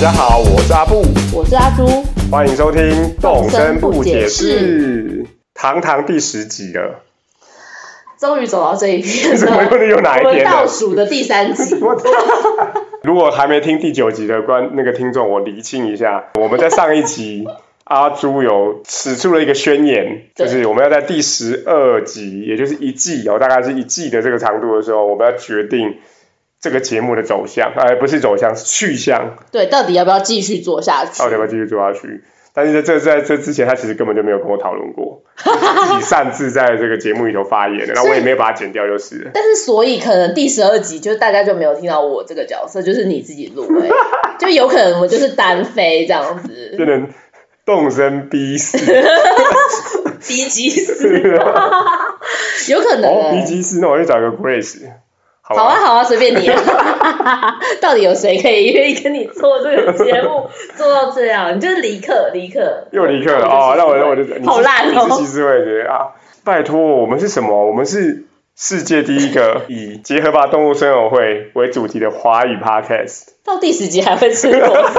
家好，我是阿布，我是阿朱，欢迎收听《动声不解释》，堂堂第十集了， 终于走到这一天怎么了。 又有哪一我们天倒了？数的第三集， 如果还没听第九集的观那个听众，我厘清一下，我们在上一集阿朱有使出了一个宣言，就对是我们要在第十二集，也就是一季哦，大概是一季的这个长度的时候，我们要决定这个节目的走向，哎、不是走向，是去向。对，到底要不要继续做下去到？底要不要继续做下去？但是在这在这之前，他其实根本就没有跟我讨论 过，自己擅自在这个节目里头发言的，然后我也没有把它剪掉就是了。但是所以可能第十二集就是大家就没有听到我这个角色，就是你自己录、 欸，就有可能我们就是单飞这样子，就能动身逼死逼急死，有可能、 哦，欸逼急死，那我就找一个 Grace，好好吧啊，好啊，随便 你、啊。到底有谁可以愿意跟你做这个节目，做到这样？你就是离克，离克，又离克了哦，那我那我就你是好烂你是西哦。斯味觉啊！拜托，我们是什么？我们是世界第一个以结合吧动物生友会为主题的华语 Podcast。到第十集还会吃 螺丝，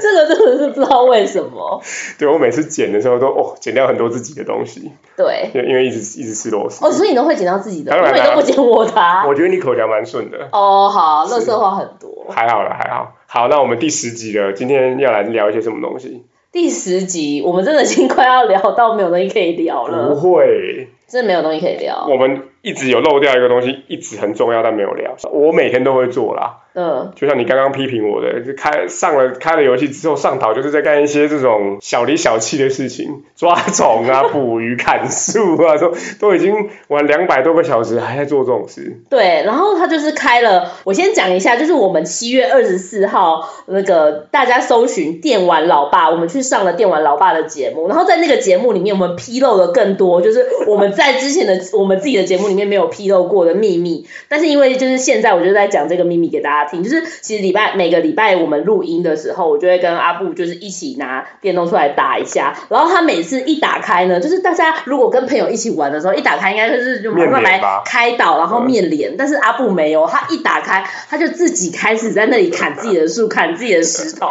这个真的是不知道为什么。对我每次剪的时候都哦，剪掉很多自己的东西，对，因为因为一直一直吃螺丝。哦，所以你都会剪到自己的，当因然为啦你都不剪我的、啊。我觉得你口条蛮顺的，哦，好，乐色话很多。还好啦，还好。好，那我们第十集了，今天要来聊一些什么东西？第十集我们真的已经快要聊到没有东西可以聊不了，会，真的没有东西可以聊。我们一直有漏掉一个东西，一直很重要但没有聊。我每天都会做啦，嗯，就像你刚刚批评我的，就开上了开了游戏之后上岛就是在干一些这种小里小气的事情，抓虫啊、捕鱼、砍树啊，都都已经玩两百多个小时，还在做这种事。对，然后他就是开了，我先讲一下，就是我们七月二十四号那个大家搜寻电玩老爸，我们去上了电玩老爸的节目，然后在那个节目里面，我们披露了更多，就是我们在之前的我们自己的节目里面没有披露过的秘密，但是因为就是现在我就在讲这个秘密给大家听，就是其实礼拜每个礼拜我们录音的时候，我就会跟阿布就是一起拿电动出来打一下，然后他每次一打开呢，就是大家如果跟朋友一起玩的时候，一打开应该就是就马上面来脸吧开导，然后面脸，但是阿布没有，他一打开，他就自己开始在那里砍自己的树，砍自己的石头，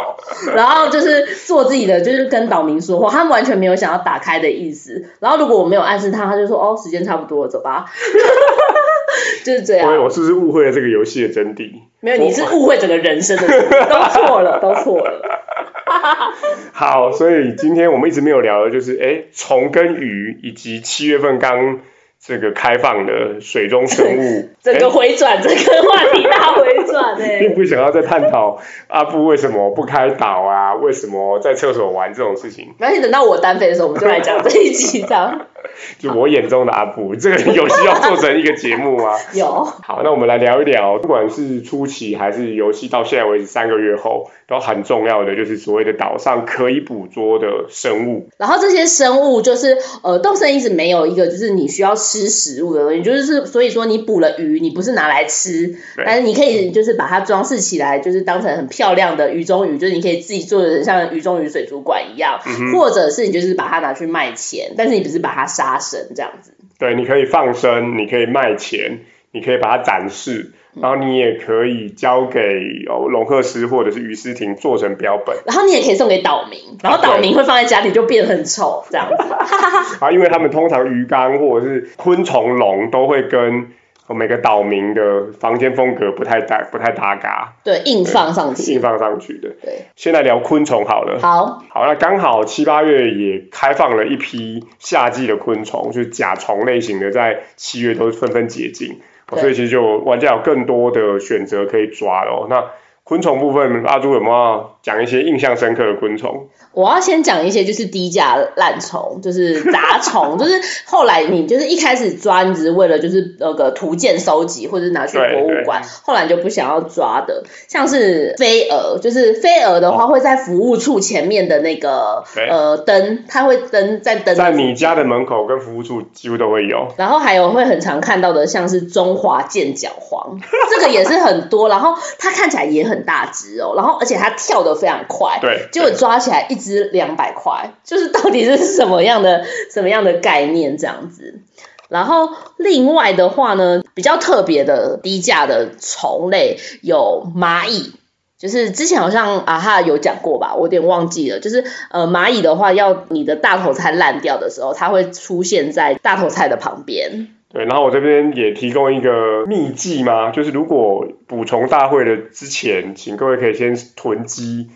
然后就是做自己的，就是跟岛民说话，他完全没有想要打开的意思。然后如果我没有暗示他，他就说哦，时间差不多了，走吧， 就是这我样。我是不是误会了这个游戏的真谛？没有，你是误会整个人生的，都错了，都错了。，好，所以今天我们一直没有聊的就是，哎，虫跟鱼以及七月份刚这个开放的水中生物 整个回转，整个话题大回转哎、诶并不想要再探讨 阿布为什么不开导啊，为什么在厕所玩这种事情，没关系，等到我单飞的时候，我们就来讲这一集，这样就我眼中的阿布， 这个游戏要做成一个节目 啊。有。好，那我们来聊一聊，不管是初期还是游戏到现在为止三个月后，都很重要的就是所谓的岛上可以捕捉的生物。然后这些生物就是呃，动森一直没有一个就是你需要吃食物的东西，就是所以说你捕了鱼，你不是拿来吃，对但是你可以就是把它装饰起来，就是当成很漂亮的鱼中鱼，就是你可以自己做的像鱼中鱼水族馆一样，或者是你就是把它拿去卖钱，但是你不是把它杀生这样子。对，你可以放生，你可以卖钱，你可以把它展示，然后你也可以交给哦龙克斯或者是于思婷做成标本然后你也可以送给岛民，然后岛民会放在家里就变得很丑这样子。啊，因为他们通常鱼缸或者是昆虫笼都会跟哦每个岛民的房间风格不太搭不太搭嘎，对，硬放上硬去。放上去的。对，先来聊昆虫好了。好，好，那刚好七八月也开放了一批夏季的昆虫，就是甲虫类型的，在七月都纷纷解禁，哦对所以其实就玩家有更多的选择可以抓咯。那昆虫部分，阿朱有没有讲一些印象深刻的昆虫？我要先讲一些就是低价烂虫，就是 杂虫，就是后来你就是一开始抓，你只是为了就是那个图鉴收集或者是拿去博物馆，后来你就不想要抓的，像是飞蛾，就是飞蛾的话会在服务处前面的那个、对呃灯，它会灯在灯。在你家的门口跟服务处几乎都会有。然后还有会很常看到的，像是中华剑角 黄，这个也是很多。然后它看起来也很大只哦，然后而且它跳得非常快，对，结果抓起来一只两百块，就是到底是什么样的 什么样的概念这样子。然后另外的话呢，比较特别的低价的虫类有蚂蚁，就是之前好像啊哈有讲过吧，我有点忘记了。就是呃蚂蚁的话，要你的大头菜烂掉的时候，它会出现在大头菜的旁边。对，然后我这边也提供一个秘技嘛，就是如果捕虫大会的之前，请各位可以先囤积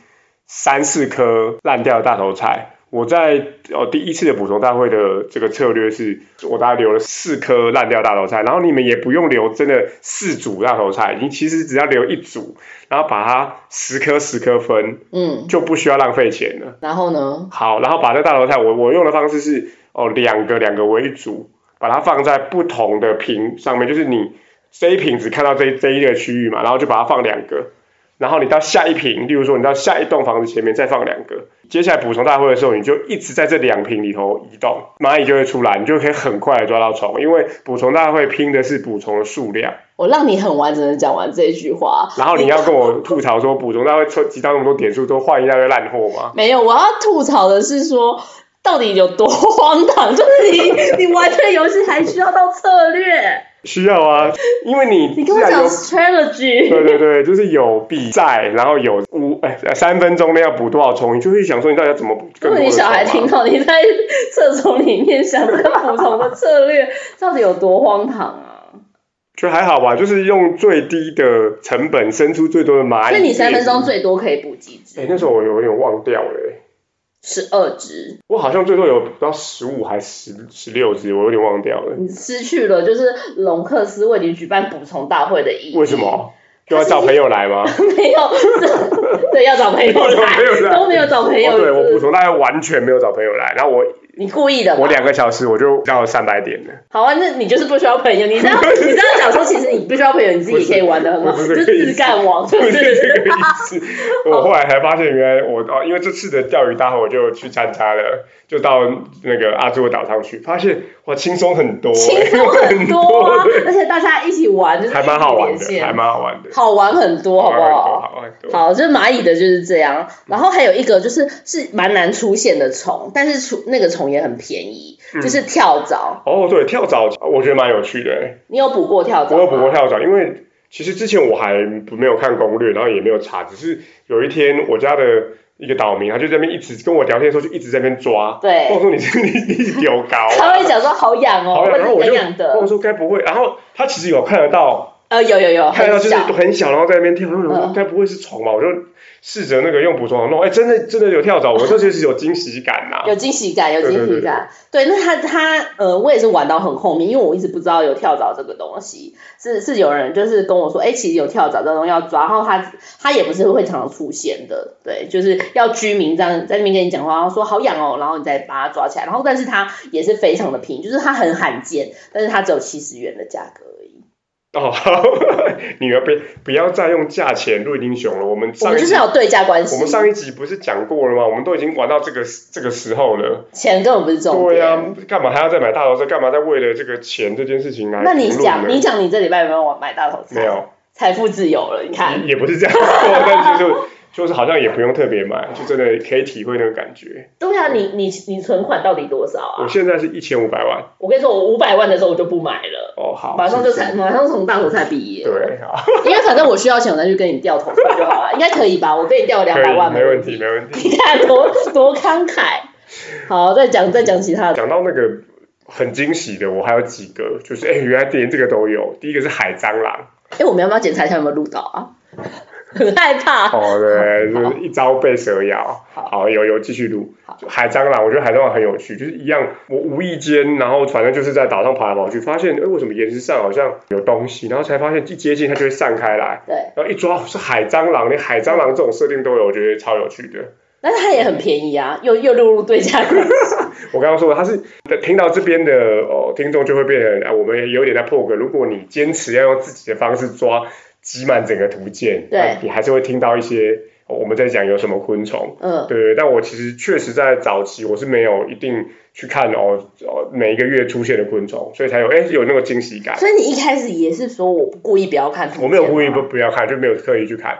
三四颗烂掉的大头菜。我在哦第一次的捕虫大会的这个策略是，我大概留了四颗烂掉大头菜，然后你们也不用留真的四组大头菜，你其实只要留一组，然后把它十颗十颗分，嗯，就不需要浪费钱了。然后呢？好，然后把这大头菜，我我用的方式是哦，两个两个为主，把它放在不同的瓶上面，就是你这一瓶只看到这这一个区域嘛，然后就把它放两个，然后你到下一瓶，例如说你到下一栋房子前面再放两个，接下来补充大会的时候，你就一直在这两瓶里头移动，蚂蚁就会出来，你就可以很快的抓到虫，因为补充大会拼的是补充的数量。我让你很完整的讲完这一句话。然后你要跟我吐槽说补充大会抽集到那么多点数，都换一大堆烂货吗？没有，我要吐槽的是说，到底有多荒唐？就是你， 你玩这个游戏还需要到策略，需要啊，因为你你跟既我然讲啊有 strategy，对对对，就是有比赛，然后有五哎三分钟内要补多少虫，你就会想说你到底要怎么补如更多果的你小孩虫听啊到你在厕所里面想这个普通的策略， 到底有多荒唐啊？就还好吧，就是用最低的成本生出最多的蚂蚁。所以你三分钟最多可以补几哎、只？那时候我有点忘掉了、哎十二只，我好像最多有补到十五还十十六只，我有点忘掉了。你失去了就是隆克斯为你举办补充大会的意义。为什？么？就要找朋友来吗？ 没有，是对，要找 朋友来，都没有找 朋友。哦，对，我补就是充大概完全没有找朋友来，然后我你故意的吧？我两个小时我就到三百点了。好啊，那你就是不需要朋友，你 这样你这样讲说，其实你不需要朋友，你自己可以玩的很好，不就是是自干 王，就不是这是个意思。我后来才发现，原来我哦，因为这次的钓鱼大会，我就去参加了，就到那个阿朱岛上去，发现哇，轻松很多、轻欸，松 很多啊对，而且大家一起玩就是还蛮好玩一起的，连还线蛮好玩的，好玩很多，好不好？好玩很多，好玩很多。好，就是蚂蚁的就是这样，然后还有一个就是是蛮难出现的虫，但是出那个虫也很便宜，嗯就是跳蚤。哦，对，跳蚤我觉得蛮有趣的、欸，你有捕过跳蚤我吗？有捕过跳蚤，因为其实之前我还不没有看攻略，然后也没有查，只是有一天我家的。一个岛民，他就在那边一直跟我聊天的时候，就一直在那边抓。对我说你是你你有搞啊、他会讲说好痒哦，好或痒，者然后我怎就样我的？说该不会，然后他其实有看得到，呃，有有有，看得到就是很小很小，然后在那边跳，然后我说嗯该不会是虫吧？我就试着那个用捕虫网弄，哎，真的真的有跳蚤，我这就是有惊喜感呐。有惊喜感，有惊喜感。对那他他呃，我也是玩到很后面，因为我一直不知道有跳蚤这个东西，是是有人就是跟我说，哎、其实有跳蚤这个东西要抓，然后他他也不是会常常出现的，对，就是要居民这样在那边跟你讲话，然后说好痒哦，然后你再把它抓起来，然后但是它也是非常的便宜，就是它很罕见，但是它只有七十元的价格而已。 哦， 好你们别不要再用价钱论英雄了，我们我上们一就是集要有对价关系我，们上一集不是讲过了吗？我们都已经玩到这个这个时候了，钱根本不是重对啊点。呀，干嘛还要再买大头车？干嘛再为了这个钱这件事情来那你评论讲，呢你讲你这礼拜有没有玩买大头菜？没有？财富自由了，你看。 也也不是这样说，但是就是就是好像也不用特别买，就真的可以体会那个感觉。对啊，你你你存款到底多少我啊？现在是一千五百万我跟你说，我五百万的时候我就不买了，哦，好，马上就谢谢才马上从大头菜毕业，对，好，因为反正我需要钱，我再去跟你调头菜就好了，应该可以吧？我跟你调两可百万，以，没问题，。没问题。 你看多多慷慨。好，再讲再讲其他的。讲到那个很惊喜的，我还有几个，就是哎，原来连这个都有。第一个是海蟑螂，哎，我们要不要检查一下有没有录到啊？ 很害怕。哦， 对，就是一朝被蛇咬。好好，有有继续录好。就海蟑螂，我觉得海蟑螂很有趣，就是一样，我无意间，然后反正就是在岛上爬来爬去，发现哎，为什么岩石上好像有东西，然后才发现一接近它就会散开来。对，然后一抓是海蟑螂，连海蟑螂这种设定都有，我觉得超有趣的。但是它也很便宜啊，又又落入对价关系。我刚刚说的，它是听到这边的哦，听众就会变成啊，我们有点在破格。如果你坚持要用自己的方式抓挤满整个图鉴，啊对那你还是会听到一些、哦我们在讲有什么昆虫。嗯，对，但我其实确实在早期我是没有一定去看哦哦每一个月出现的昆虫，所以才有哎有那个惊喜感。所以你一开始也是说我故意不要看图我没有故意鉴吗不不要看，就没有刻意去看，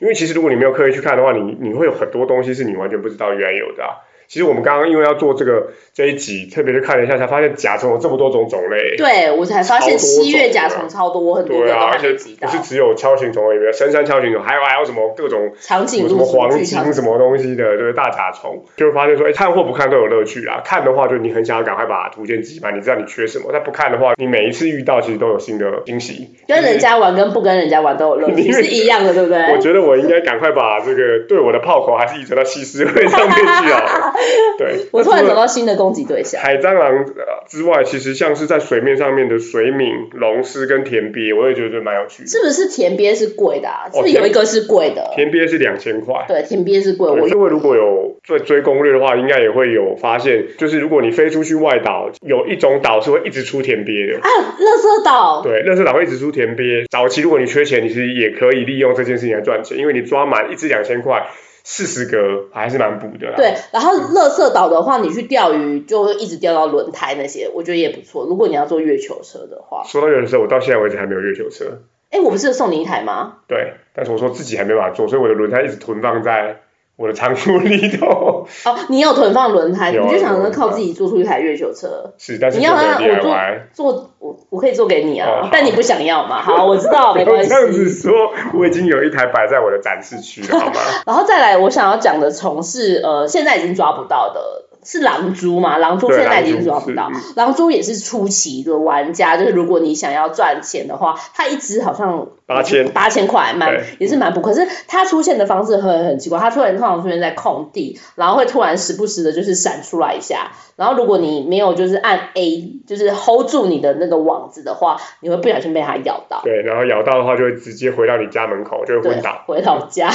因为其实如果你没有刻意去看的话，你你会有很多东西是你完全不知道原来有的、啊。其实我们刚刚因为要做这个这一集，特别去看了一下，才发现甲虫有这么多种种类。对我才发超多现七月种甲的虫超多，我很多对个都啊，而还且没提不到。是只有锹形虫而已，深山锹形虫，还有还有什么各种长什颈么鹿、什么黄巨长金什么东西的，对大甲虫，就会发现说，哎，看或不看都有乐趣啦。看的话，就你很想要赶快把图鉴集满，你知道你缺什么；但不看的话，你每一次遇到其实都有新的惊喜。跟人家玩跟不跟人家玩都有乐趣， 你是一样的，对不我对？觉得我应该赶快把这个对我的炮口还是移植到西施会上面去 啊。对，我突然那除找了到新的攻击对象，海蟑螂呃之外，其实像是在水面上面的水黾、龙狮跟田鳖，我也觉得蛮有趣的。是不是田鳖是贵的、啊？是不是田有一个是贵的？哦田鳖是两千块。对，田鳖是贵，我对因为如果有追追攻略的话，应该也会有发现，就是如果你飞出去外岛，有一种岛是会一直出田鳖的。啊，乐色岛对，啊热色岛会一直出田鳖。早期如果你缺钱，你其实也可以利用这件事情来赚钱，因为你抓满一只两千块，四十格还是蛮补的啦。对，然后乐色岛的话，你去钓鱼就会一直钓到轮胎那些，我觉得也不错。如果你要坐月球车的话，说到月球车，我到现在为止还没有月球车。哎，我不是送你一台吗？对，但是我说自己还没办法做，所以我的轮胎一直囤放在我的仓库里头。 哦，你有囤放轮胎，你有啊就想有着啊靠自己做出一台月球车。是，但是你就要没有让我做 DIY。做，我我可以做给你哦啊好，但你不想要嘛？好，我 知道，没不要关系。这样子说，我已经有一台摆在我的展示区了，好 吗？然后再来，我想要讲的虫是呃，现在已经抓不到的，是狼蛛嘛？狼蛛对现在已狼经蛛抓不是嗯到，狼蛛也是初期的玩家，就是如果你想要赚钱的话，它一只好像八千八千块，蛮对也是蛮不。可是它出现的方式很很奇怪，它突然通常出现在空地，然后会突然时不时的就是闪出来一下。然后如果你没有就是按 A 就是 hold 住你的那个网子的话，你会不小心被它咬到。对，然后咬到的话就会直接回到你家门口，就会对，昏倒。回老家，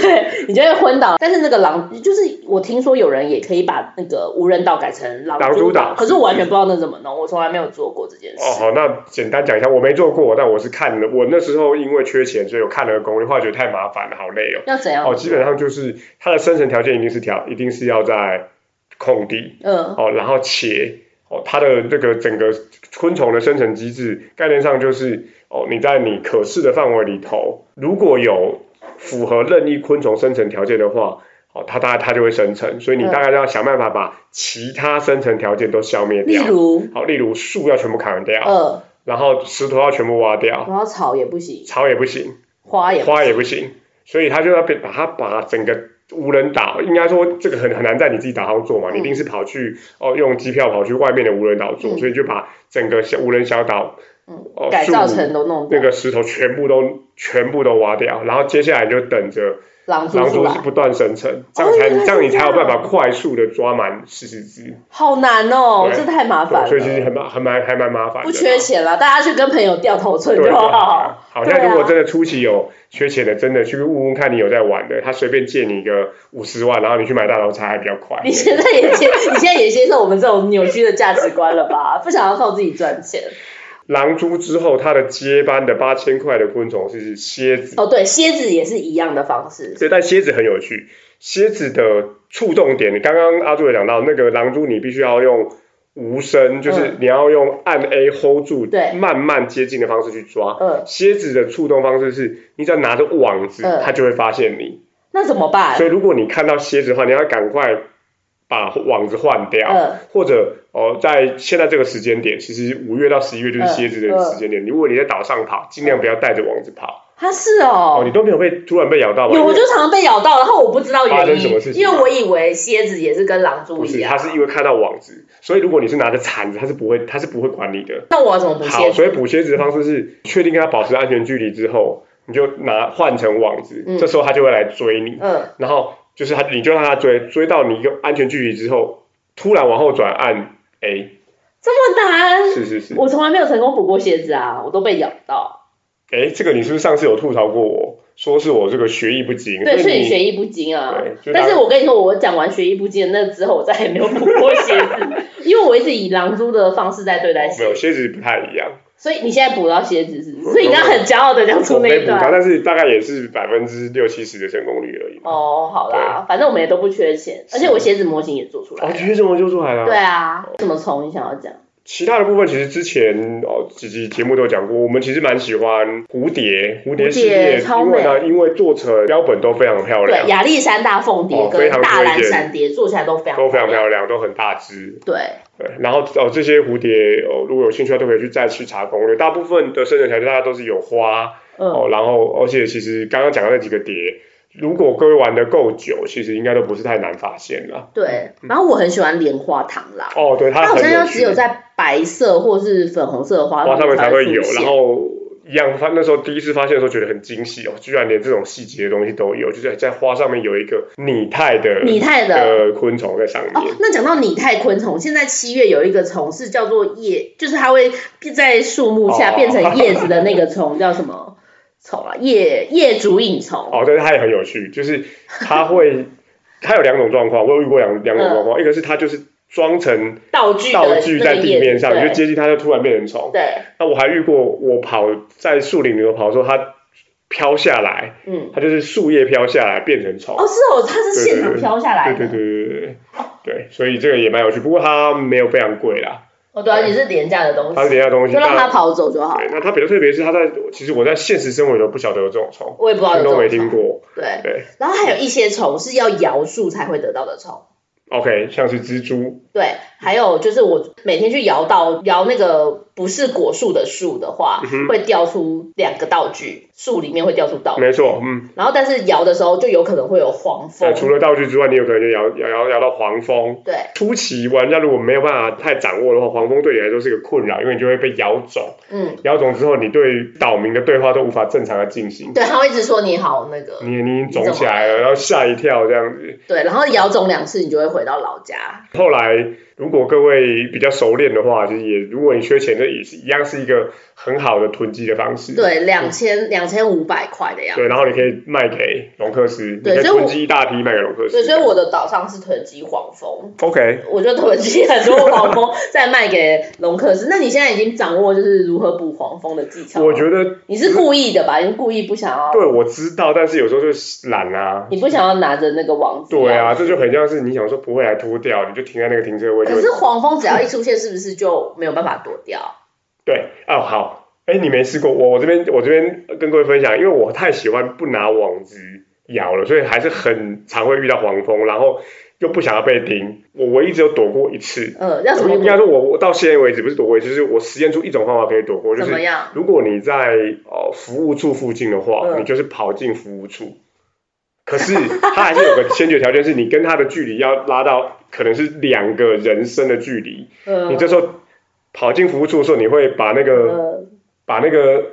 对你就会昏倒。但是那个狼，就是我听说有人也可以把那个无人岛改成狼狼蛛蛛岛岛，可是我完全不知道那怎么弄，我从来没有做过这件事。哦，好，那简单讲一下，我没做过，但我是看了，我那时候因为缺钱，所以我看了个攻略，后来觉得太麻烦了，好累哦。要怎样？哦，基本上就是它的生存条件一定是条，一定是要在空地嗯，哦，然后且哦，它的这个整个昆虫的生成机制概念上就是哦，你在你可视的范围里头，如果有符合任意昆虫生成条件的话。哦，它大概它就会生成，所以你嗯大概要想办法把其他生成条件都消灭例掉。如，好，例如树要全部砍掉，呃，嗯然后石头要全部挖掉，然后草也不行，草也不行，花也不花行，也不行，所以他就要被把它把整个无人岛，应该说这个很很难在你自己岛上做嘛，嗯你一定是跑去哦用机票跑去外面的无人岛做，嗯所以就把整个小无人小岛嗯，哦改造树成都弄那掉，个石头全部都全部都挖掉，然后接下来你就等着狼蛛狼出蛛是来，不断生成，这样才哦原来是这样你才有这样办法快速的抓满四十只，好难哦，对这太麻对烦所以其实了。很麻还蛮还蛮麻烦的啦。不缺钱了，大家去跟朋友掉头寸对 就好。好，对啊那如果真的初期有缺钱的，真的去问问看你有在玩的，他随便借你一个五十万，然后你去买大头菜还比较快。你现在也接，你现在也接受我们这种扭曲的价值观了吧？不想要靠自己赚钱。狼蛛之后，它的接班的八千块的昆虫是蝎子，哦，对，蝎子也是一样的方式。这但蝎子很有趣，蝎子的触动点，你刚刚阿朱有讲到那个狼蛛，你必须要用。无声就是嗯你要用按 A hold 住，对慢慢接近的方式去抓。嗯，蝎子的触动方式是，你只要拿着网子，嗯它就会发现你。那怎么办所？以如果你看到蝎子的话，你要赶快把网子换掉，嗯或者哦，在现在这个时间点，其实五月到十一月就是蝎子的时间嗯点。如果你在岛上跑，尽量不要带着网子跑。它是哦，哦你，都没有被突然被咬到吧？有我因为就常常被咬到，然后我不知道发原生什么事因，情因为我以为蝎子也是跟狼蛛不一是，样它。是因为看到网子，所以如果你是拿着铲子，它是不会，它是不会管你的。那我要怎么捕好，蝎子？所以捕蝎子的方式是确定跟它保持安全距离之后，你就拿换成网子，嗯这时候它就会来追你。嗯，然后就是他，你就让他追，追到你一个安全距离之后，突然往后转按 A，这么难，是是是，我从来没有成功捕过蝎子啊，我都被咬到。哎，这个你是不是上次有吐槽过我，说是我这个学艺不精，对，所所以以你学艺不精啊。对，就但是大我跟你说，我讲完学艺不精的那之后，我再也没有捕过 蝎子，因为我一直以狼蛛的方式在对待没蝎有子。蝎子不太一样，所以你现在捕到蝎子是不是？所以你刚刚很骄傲的讲出我那没一补到，段。但是大概也是百分之六七十的成功率而已。哦，好啦，反正我们也都不缺钱，而且我鞋子模型也做出来哦，了。学什么就出来了，对啊，什么虫你想要讲？其他的部分其实之前哦几集节目都有讲过，我们其实蛮喜欢蝴蝶蝴蝶系列，蝴蝶超因为呢，因为做成标本都非常漂亮对，，亚历山大凤蝶哦非跟常大推蓝荐闪蝶做起来都非常都非常漂漂亮。亮，都很大只。对，对，然后哦这些蝴蝶哦，如果有兴趣的话，都可以去再去查攻略。大部分的生存条件大家都是有花嗯，哦，然后而且其实刚刚讲的那几个蝶，如果各位玩的够久，其实应该都不是太难发现了。对。然后我很喜欢莲花螳螂，嗯哦，对，它它好很像有要趣只有在白色或是粉红色的花花上面才会会有，出现然后一样，他那时候第一次发现的时候觉得很惊喜哦，居然连这种细节的东西都有，就是在花上面有一个拟态的拟态的。的昆虫在上面。哦，那讲到拟态昆虫，现在七月有一个虫是叫做叶，就是它会在树木下哦变成叶子的那个虫叫什么 虫啊？叶叶竹影虫。哦，但是它也很有趣，就是它会，它有两种状况，我有遇过两两种状况，一个是它就是装成道具嗯的道具在地面上，那个你叶就子接近它就突然变成虫对。对，那我还遇过，我跑在树林里头跑的时候，它飘下来，嗯，它就是树叶飘下来变成虫。哦，是哦，它是现场飘下来对的。对对对对对，所以这个也蛮有趣，不过它没有非常贵啦，哦，对啊，也是廉价的东它是西，廉价东西。就让它那跑走就好。对，那它比较特别是它在，其实我在现实生活里头不晓得有这种虫，我也不知道有听这都没种听虫。过。对，对然后还有一些虫是要摇树才会得到的虫。 ，OK，像是蜘蛛，对，还有就是我每天去摇到摇那个不是果树的树的话，会掉出两个道具，树里面会掉出道具，没错，嗯，然后但是摇的时候就有可能会有黄那蜂，除了道具之外，你有可能就摇摇摇摇到黄蜂。对，初期玩家如果没有办法太掌握的话，黄蜂对你来说是个困扰，因为你就会被咬肿，嗯，咬肿之后，你对岛民的对话都无法正常的进行，对，他会一直说你好那个，你你已经肿起来了，然后吓一跳这样子。对，然后摇中两次你就会回到老家，后来，如果各位比较熟练的话，就是也，如果你缺钱，这也是一样是一个很好的囤积的方式。对，两千两千五百块的样子，对，然后你可以卖给隆克斯，你对可以所以我囤积一大批卖给隆克斯。对，所以我的岛上是囤积黄蜂。 OK，我就囤积很多 黄蜂，再卖给龙克斯。那你现在已经掌握就是如何捕黄蜂的技巧了吗？我觉得你是故意的吧？你故意不想要，对我知道，但是有时候就是懒啊。你不想要拿着那个网子。对。啊，这就很像是你想说不会来脱掉，你就停在那个停车位就可会。是黄蜂只要一出现，是不是就没有办法躲掉？对，哦好，哎你没试过，我我这边我这边跟各位分享，因为我太喜欢不拿网子咬了，所以还是很常会遇到黄蜂，然后又不想要被叮，我唯一只有躲过一次。嗯，要怎么应该说我我到现在为止不是躲过一次，就是我实验出一种方法可以躲过，就怎么是样？如果你在呃服务处附近的话，嗯你就是跑进服务处。可是它还是有个先决条件，是你跟它的距离要拉到可能是两个人身的距离。嗯，你这时候跑进服务处的时候，你会把那个嗯把那个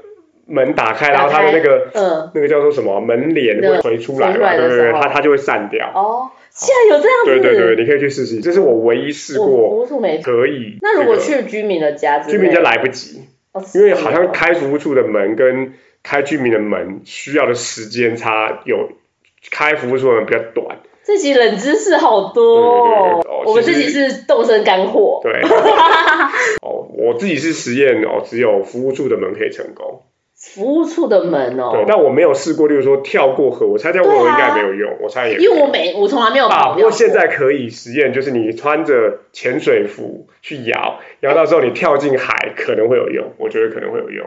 门打开，然打后它开的那个嗯那个叫做什么啊门帘对会垂出来垂出嘛，来的对对对，时候它它就会散掉。哦，嗯现在有这样子。对对对，你可以去试试，这是我唯一试我过糊涂没。可以。哦那如果去居民的家之这类个居的，民就来不及，哦，因为好是像哦开服务处的门跟开居民的门需要的时间差有。开服务处的门比较短，这集冷知识好多对对对哦对哦我们其这实集是动身干货。 对。哦，我自己是实验哦，只有服务处的门可以成功。服务处的门哦，对，但我没有试过，例如说跳过河，我猜跳过河对啊应该没有用，我猜也没有因为我没我从来没有啊，跑不掉过。现在可以实验，就是你穿着潜水服去摇，摇到时候你跳进海可能会有用，我觉得可能会有用。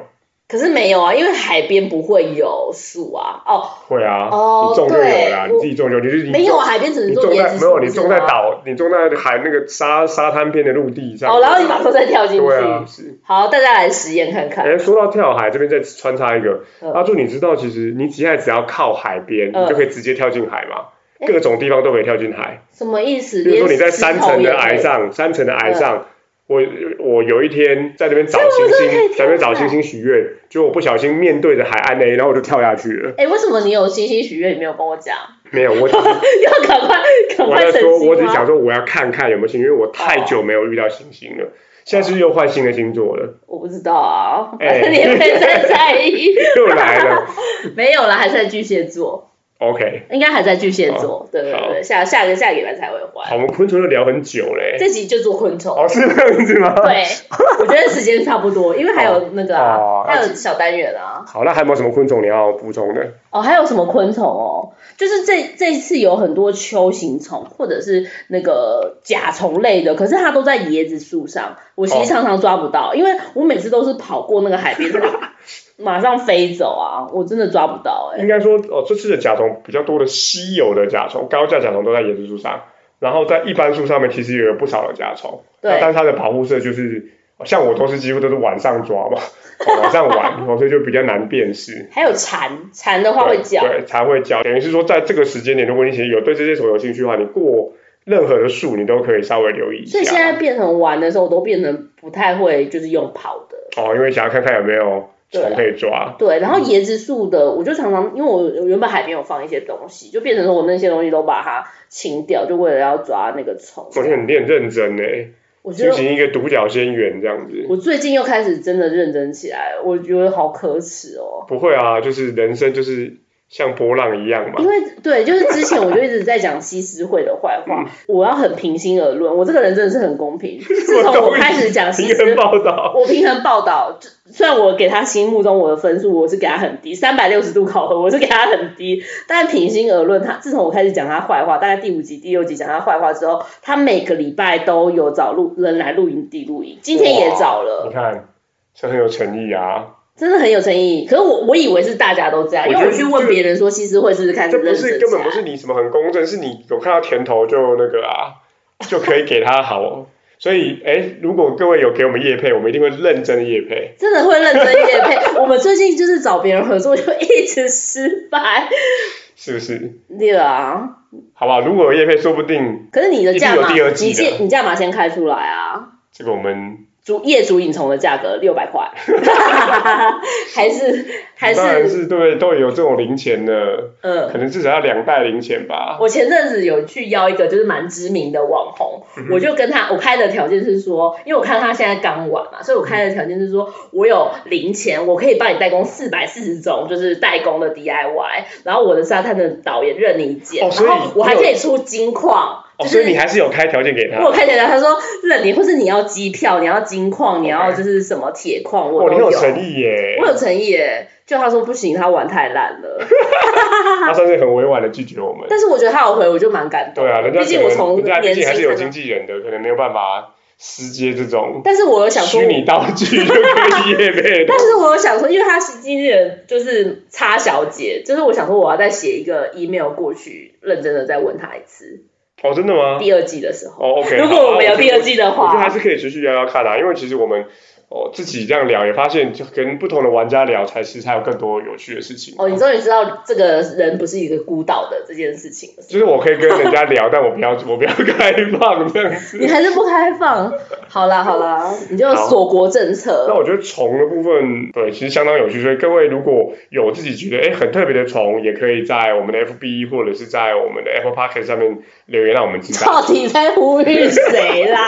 可是没有啊，因为海边不会有树啊。哦，会啊，哦你中就有啦，对你自己中就有就是你没有啊，海边只你能种做椰在子没有，树你种在。岛，你种在海那个沙沙滩边的陆地是上。吗哦，然后你把头再跳进去。对啊，是。好，大家来实验看看。哎，说到跳海，这边再穿插一个，嗯阿柱，你知道其实你现在只要靠海边，嗯你就可以直接跳进海嘛，哎各种地方都可以跳进海。什么意思？比如说你在连石三头层的也可崖以，嗯上，三层的崖上，我我有一天在那边找哎我星真的可星，以在那边跳找下星来星许愿，结果我不小心面对着海岸 A，然后我就跳下去了。哎、为什么你有星星许愿，你没有跟我讲？ 没有，我只是要赶快赶 我快在成说，精我只是吗想说我要看看有没有星星，因为我太久没有遇到星星了。现在是不是又换新的星座 了？我不知道啊，哎 反正你也没在在意。 又来了。没有啦，还是在巨蟹座。 OK，应该还在巨蟹座，对对哦好对，下下个下个礼拜才会好，还。我们昆虫都聊很久嘞。这集就做昆虫，哦，是这样子吗？。对， 我觉得时间差不多，因为还有那哦个啊哦，还有小单元啊， 好，那还有没有什么昆虫你要补充的？哦，还有什么昆虫哦？就是这这一次有很多球形虫或者是那个甲虫类的，可是它都在椰子树上，我其哦实常常抓不到，因为我每次都是跑过那个海 边，它就马上飞走啊，我真的抓不到哎、应该说，哦，这次的甲虫比较多的稀有的甲虫，高价甲虫都在椰子树上，然后在一般树上面其实也有不少的甲虫。那对，但是它的保护色就是，哦像我都是几乎都是晚上抓嘛，哦晚上 玩，哦所以就比较难辨识。还有蝉，蝉的话会叫，对，对才会叫。等于是说，在这个时间点，如果你其实有对这些虫有兴趣的话，你过任何的树，你都可以稍微留意一下。所以现在变成玩的时候，我都变成不太会就是用跑的。哦，因为想要看看有没有对啊虫可以抓。对，然后椰子树的，我就常常因为我我原本海边有放一些东西，就变成说我那些东西都把它清掉，就为了要抓那个虫。我觉得你练认真呢，我觉进得行一个独角仙缘这样子。我最近又开始真的认真起来了，我觉得好可耻哦。不会啊，就是人生就是像波浪一样嘛因。为对，就是之前我就一直在讲西施惠的坏话，我要很平心而论，我这个人真的是很公平。自从我开始讲西平施衡报道，我平衡报道，就虽然我给他心目中我的分数我是给他很低，三百六十度考核我是给他很低，但平心而论，他自从我开始讲他坏话，大概第五集、第六集讲他坏话之后，他每个礼拜都有找录人来录营地录营，今天也找了，你看，这很有诚意啊。真的很有诚意。可是我我以为是大家都这样，我因觉为得我去问别人说西施会是不是开始这不认是真根起本不是来，你什么很公正，是你有看到甜头就那个啊，就可以给他好。所以，哎，如果各位有给我们叶配，我们一定会认真的叶配。真的会认真夜配。我 们最近就是找别人合作就一直失败，是不是？对啊。好不好？如果有叶配，说不定可是你的价一码，定有第二季你的先你价码先开出来啊。这个我们主业主影虫的价格六百块，还是还当然是是对都有这种零钱的，嗯。可能至少要两袋零钱吧。我前阵子有去邀一个就是蛮知名的网红，嗯我就跟他我开的条件是说，因为我看他现在刚玩嘛，所以我开的条件是说我有零钱，我可以帮你代工四百四十种就是代工的 DIY，然后我的沙滩的导演任你剪，哦所以然后我还可以出金矿，哦，就所是以你还是有开条件给他哦因为。我看起来他说任你，或是你要机票，你要金矿，你要就是什么铁矿，我哦，都你有。有诚意耶！我有诚意耶，就他说不行，他玩太烂了。他算是很委婉的拒绝我们。但是我觉得他有回，我就蛮感动。对啊，人家毕竟可我能从人家毕年竟还是有轻经才，纪人的，可能没有办法私接这种但是我有想说虚，拟道具 就可以业配的但。是我有想说，因为他是经纪人，就是差小姐，就是我想说我要再写一个 email 过去，认真的再问他一次。哦，真的吗？第二季的时候，哦，OK。如果我们有第二季的好，我觉得还话，是可以持续聊聊看啊，因为其实我们哦自己这样聊，也发现就跟不同的玩家聊，才其实才有更多有趣的事情。哦，你终于知道这个人不是一个孤岛的这件事情了。就是我可以跟人家聊，但我不要，我不要开放这样你子。还是不开放，好啦好啦，你就好锁国政策。那我觉得虫的部分，对，其实相当有趣。所以各位如果有自己觉得哎很特别的虫，也可以在我们的 FB 或者是在我们的 Apple Podcast 上面留言，让我们知道。到底在呼吁谁 啦？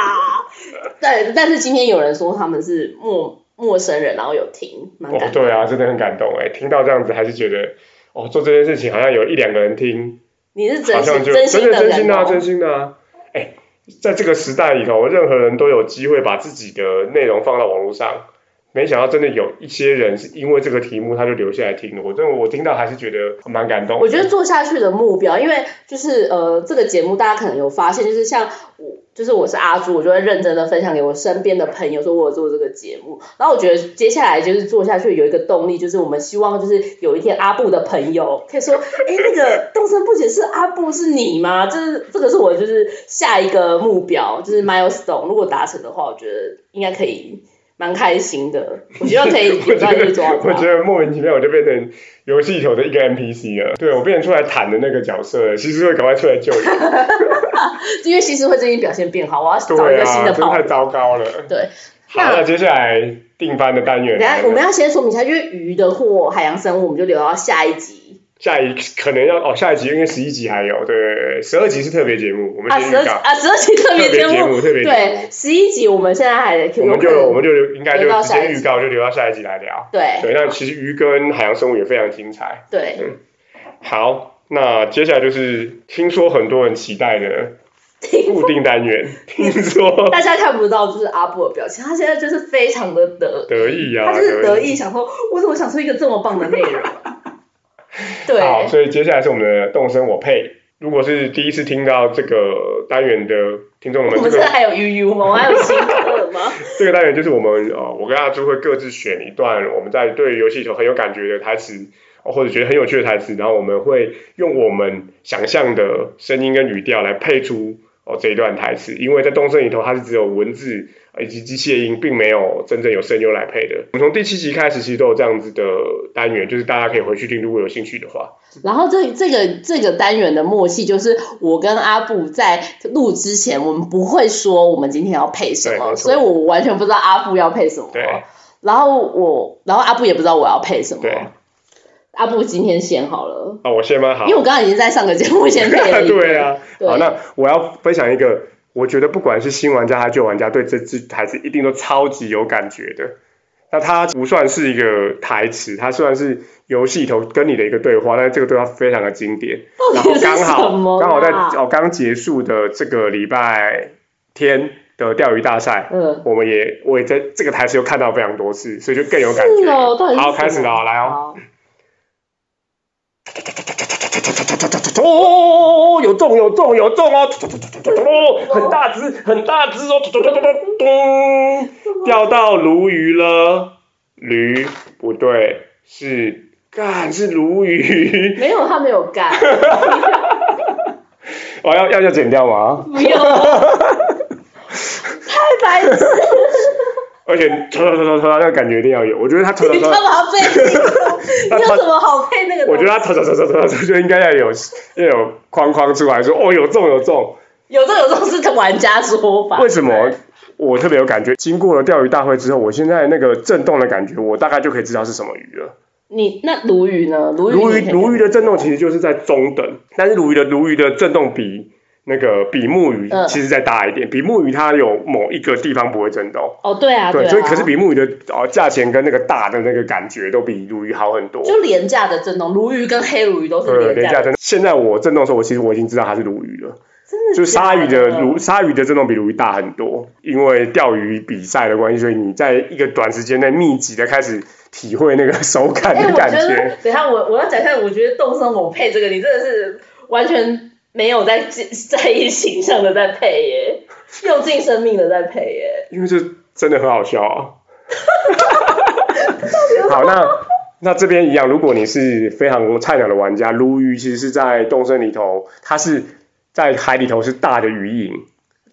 对，但是今天有人说他们是陌陌生人，然后有听，蛮哦感，动。对啊，真的很感动哎，听到这样子还是觉得哦做这件事情好像有一两个人听，你是好真像心就真真心的真心人的、啊，哦、真心的、啊。哎，在这个时代里头，任何人都有机会把自己的内容放到网络上。没想到真的有一些人是因为这个题目他就留下来听了，我真的我听到还是觉得蛮感动的。我觉得做下去的目标，因为就是呃，这个节目大家可能有发现，就是像我，就是我是阿朱，我就会认真的分享给我身边的朋友，说我有做这个节目。然后我觉得接下来就是做下去有一个动力，就是我们希望就是有一天阿布的朋友可以说，哎，那个动身不解是阿布是你吗？就是这个是我就是下一个目标，就是 milestone。如果达成的话，我觉得应该可以。蛮开心的，我希望可以我有觉朝一日做到得，它我觉得莫名其妙我就变成游戏里头的一个 NPC 了。对我变成出来谈的那个角色了，其实会赶快出来救援。因为西施会最近表现变好，我要找一对个新啊，的真的跑太糟糕了。对，好，那接下来定番的单元，哦等一下我们要先说明一下，因为鱼的或海洋生物，我们就留到下一集下一可能要哦，下一集因为十一集还有，对，十二集是特别节目，我们啊，先十预二告。啊十二集特特别别节节目，目，特别节目对，，十一集我们现在还有可我能们就我们就应该就留到直下接一集预告，就留到下一集来聊。对对，那其实鱼跟海洋生物也非常精彩。对，好，那接下来就是听说很多人期待的固定单元， 听说大家看不到就是阿布的表情，他现在就是非常的得，得意啊，他就是得得意，想说我怎么想出一个这么棒的内容？啊 对，好，所以接下来是我们的动身我配。如果是第一次听到这个单元的听众们，我这们现在个还有悠悠吗？我们还有新歌吗？这个单元就是我们呃，我跟阿朱会各自选一段我们在对游戏球很有感觉的台词，哦或者觉得很有趣的台词，然后我们会用我们想象的声音跟语调来配出哦这一段台词，因为在动森里头它是只有文字呃以及机械音，并没有真正有声优来配的。我们从第七集开始其实都有这样子的单元，就是大家可以回去听，如果有兴趣的话。然后这这个这个单元的默契就是，我跟阿布在录之前，我们不会说我们今天要配什对没么，错所以我完全不知道阿布要配什么对。然后我，然后阿布也不知道我要配什么对。阿布今天先好了，啊，我先吗？好因为。我刚刚已经在上个节目先配了一个。 对啊，对好，那我要分享一个，我觉得不管是新玩家还是旧玩家，对这支台词一定都超级有感觉的。那它不算是一个台词，它虽然是游戏里头跟你的一个对话，但是这个对话非常的经典。然到后底是刚什么好啊刚好在哦刚结束的这个礼拜天的钓鱼大赛，嗯，我们也我也在这个台词又看到非常多次，所以就更有感是觉。哦，到底是好，什开始么了，来哦。好哦，有中有中有中哦，很大只很大只哦，咚，掉到鲈鱼了，驴不对，是干是鲈鱼，没有，他没有 干，我、要要要剪掉吗？不 用，太白痴，而且抽抽抽抽抽，那个感觉一定要有，我觉得他抽抽你抽干。 嘛配那个？你有什么好配那个我觉东西？得他抽抽抽抽抽抽就应该要有要有框框出来说哦有中有中，有这有这种是玩家说法。为什么我特别有感觉？经过了钓鱼大会之后，我现在那个震动的感觉，我大概就可以知道是什么鱼了。你那鲈鱼呢？鲈鱼鲈鱼你可以鲈鱼的震动其实就是在中等，但是鲈鱼的鲈鱼的震动比那个比目鱼嗯其实再大一点，比目鱼它有某一个地方不会震动。哦，对啊，对，啊所以可是比目鱼的哦价钱跟那个大的那个感觉都比鲈鱼好很多。就廉价的震动，鲈鱼跟黑鲈鱼都对，是廉廉价的，震动。现在我震动的时候，我其实我已经知道它是鲈鱼了。真的就是假鲨鱼的啊鲈鲨鱼的震动比鲈鱼大很多，因为钓鱼比赛的关系，所以你在一个短时间内密集的开始体会那个手感哎，的我感觉觉。得，等一下我我要讲一下，我觉得动身我配这个，你真的是完全没有在 在意形象的在配耶，用尽生命的在配耶。因为这真的很好笑 啊。好，那那这边一样，如果你是非常菜鸟的玩家，鲈鱼其实是在动森里头，它是在海里头是大的鱼影，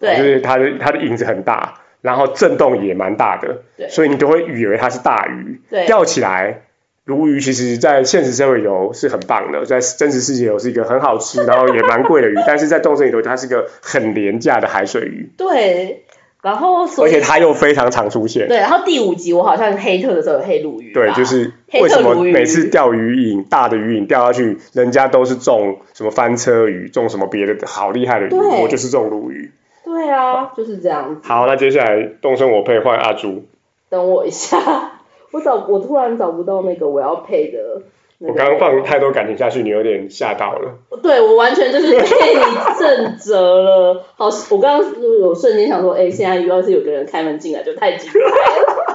哦就对，是它的它的影子很大，然后震动也蛮大的，对所以你都会以为它是大鱼。对钓起来，鲈鱼其实在现实社会游是很棒的，在真实世界游是一个很好吃，然后也蛮贵的鱼，但是在动森里头它是一个很廉价的海水鱼，对，然后 所而以且它又非常常出现。对，然后第五集我好像黑特的时候有黑鲈鱼吧，对，就是黑为特什么鲈鱼每次钓鱼影大的鱼影钓下去，人家都是中什么翻车鱼，中什么别的好厉害的鱼，对我就是中鲈鱼。对啊，就是这样子。好，那接下来动身我配换阿朱。等我一下， 我找我突然找不到那个我要配的、那我个刚刚放太多感情下去，你有点吓到了。对我完全就是被你震慑了。 好，我刚刚有瞬间想说，哎、现在如果是有个人开门进来，就太精彩了。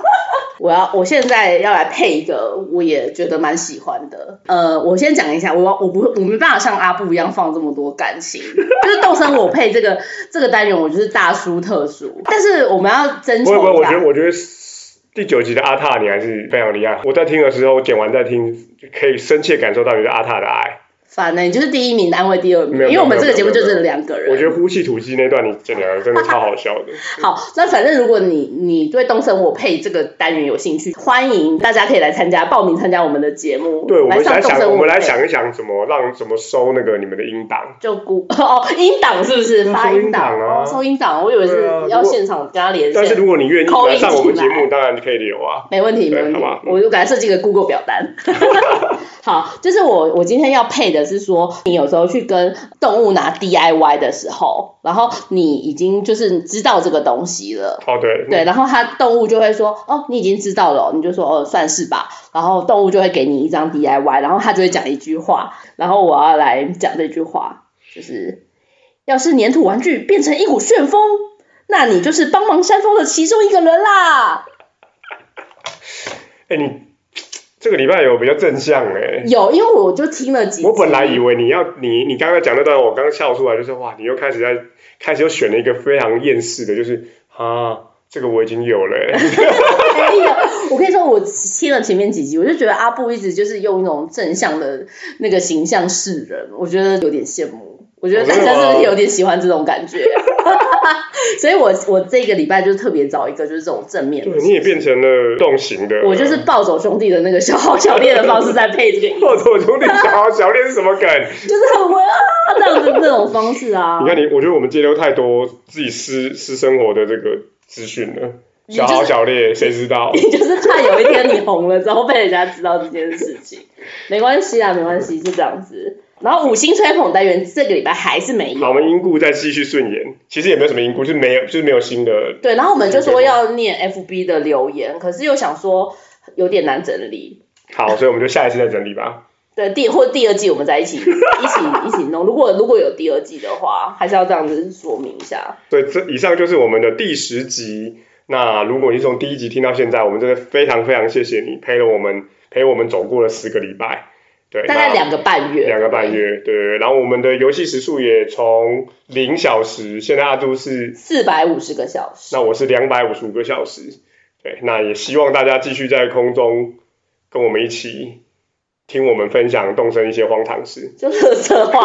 我要，我现在要来配一个，我也觉得蛮喜欢的。呃，我先讲一下，我要我不我没办法像阿布一样放这么多感情， 就是动身我配这个这个单元，我就是大叔特叔。但是我们要征不会不会，求一我下觉得我觉得第九集的阿塔你还是非常厉害。我在听的时候，剪完再听，可以深切感受到你对阿塔的爱。反正你就是第一名，安慰第二名，没有因为我们没这有个节目没有就只有两个人。我觉得呼气吐气那段你剪的真的超好笑的。好，那反正如果你你对东森我配这个单元有兴趣，欢迎大家可以来参加报名参加我们的节目。对，我们上来东想，森我们来配，想一想怎么让怎么收那个你们的音档。就估哦音档是不是嗯发收音音档档啊哦收音档，我以为对是啊要如果现场跟他连但是线。如果你愿意扣来音上我们进节来目，当然可以留啊。没问题，对没问题好吧，嗯 我就给他设计个 Google 表单。好，就是我我今天要配的的是说，你有时候去跟动物拿 DIY 的时候，然后你已经就是知道这个东西了。哦，对，对，然后它动物就会说，哦，你已经知道了哦，你就说，哦，算是吧。然后动物就会给你一张 DIY，然后它就会讲一句话，然后我要来讲这句话，就是，要是粘土玩具变成一股旋风，那你就是帮忙扇风的其中一个人啦。哎，你这个礼拜有比较正向哎。有，因为我就听了几集，我本来以为你要你你刚刚讲那段，我刚笑出来，就是哇，你又开始在开始又选了一个非常厌世的，就是啊，这个我已经有了、 欸没有， 我跟你说，我听了前面几集，我就觉得阿布一直就是用一种正向的那个形象示人，我觉得有点羡慕，我觉得大家真的是有点喜欢这种感觉。 所以我我这个礼拜就特别找一个就是这种正面对，你的，也变成了动型的。我就是暴走兄弟的那个小好小烈的方式在配这个音， 我我兄弟小小练是什 么梗？就是很温啊这样子那种方式啊你。看你，我觉得我们揭露太多自己私私生活的这个资讯了。你就小是豪小烈，谁知道？你 就是怕有一天你红了之后被人家知道这件事情，没关系啊，没关系，是这样子。然后五星吹捧单元这个礼拜还是没有，好，我们因故再继续顺延，其实也没有什么因故，就是没有，就是没有新的。对，然后我们就说要念 FB 的留言，可是又想说有点难整理。 好，所以我们就下一次再整理吧。对，第或第二季我们再一起一 起一起弄。如果如果有第二季的话，还是要这样子说明一下。所以这以上就是我们的第十集。那如果你是从第一集听到现在，我们真的非常非常谢谢你陪了我们，陪我们走过了十个礼拜。对，大那概两个半月，两个半月，对。然后我们的游戏时速也从零小时，现在阿朱是，四百五十个小时。那我是两百五十五个小时，对。那也希望大家继续在空中跟我们一起听我们分享动身一些荒唐事。就乐 色花，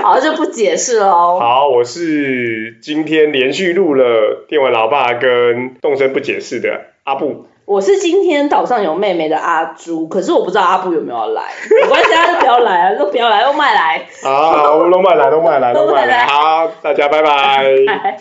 好就不解释哦喽。好，我是今天连续录了电玩老爸跟动身不解释的阿布，我是今天岛上有妹妹的阿朱，可是我不知道阿布有没有要来，没关系，大家都不要来啊，都不要来，都卖来，啊好，我们都慢来，都慢来，都慢来，好，大家拜拜。拜。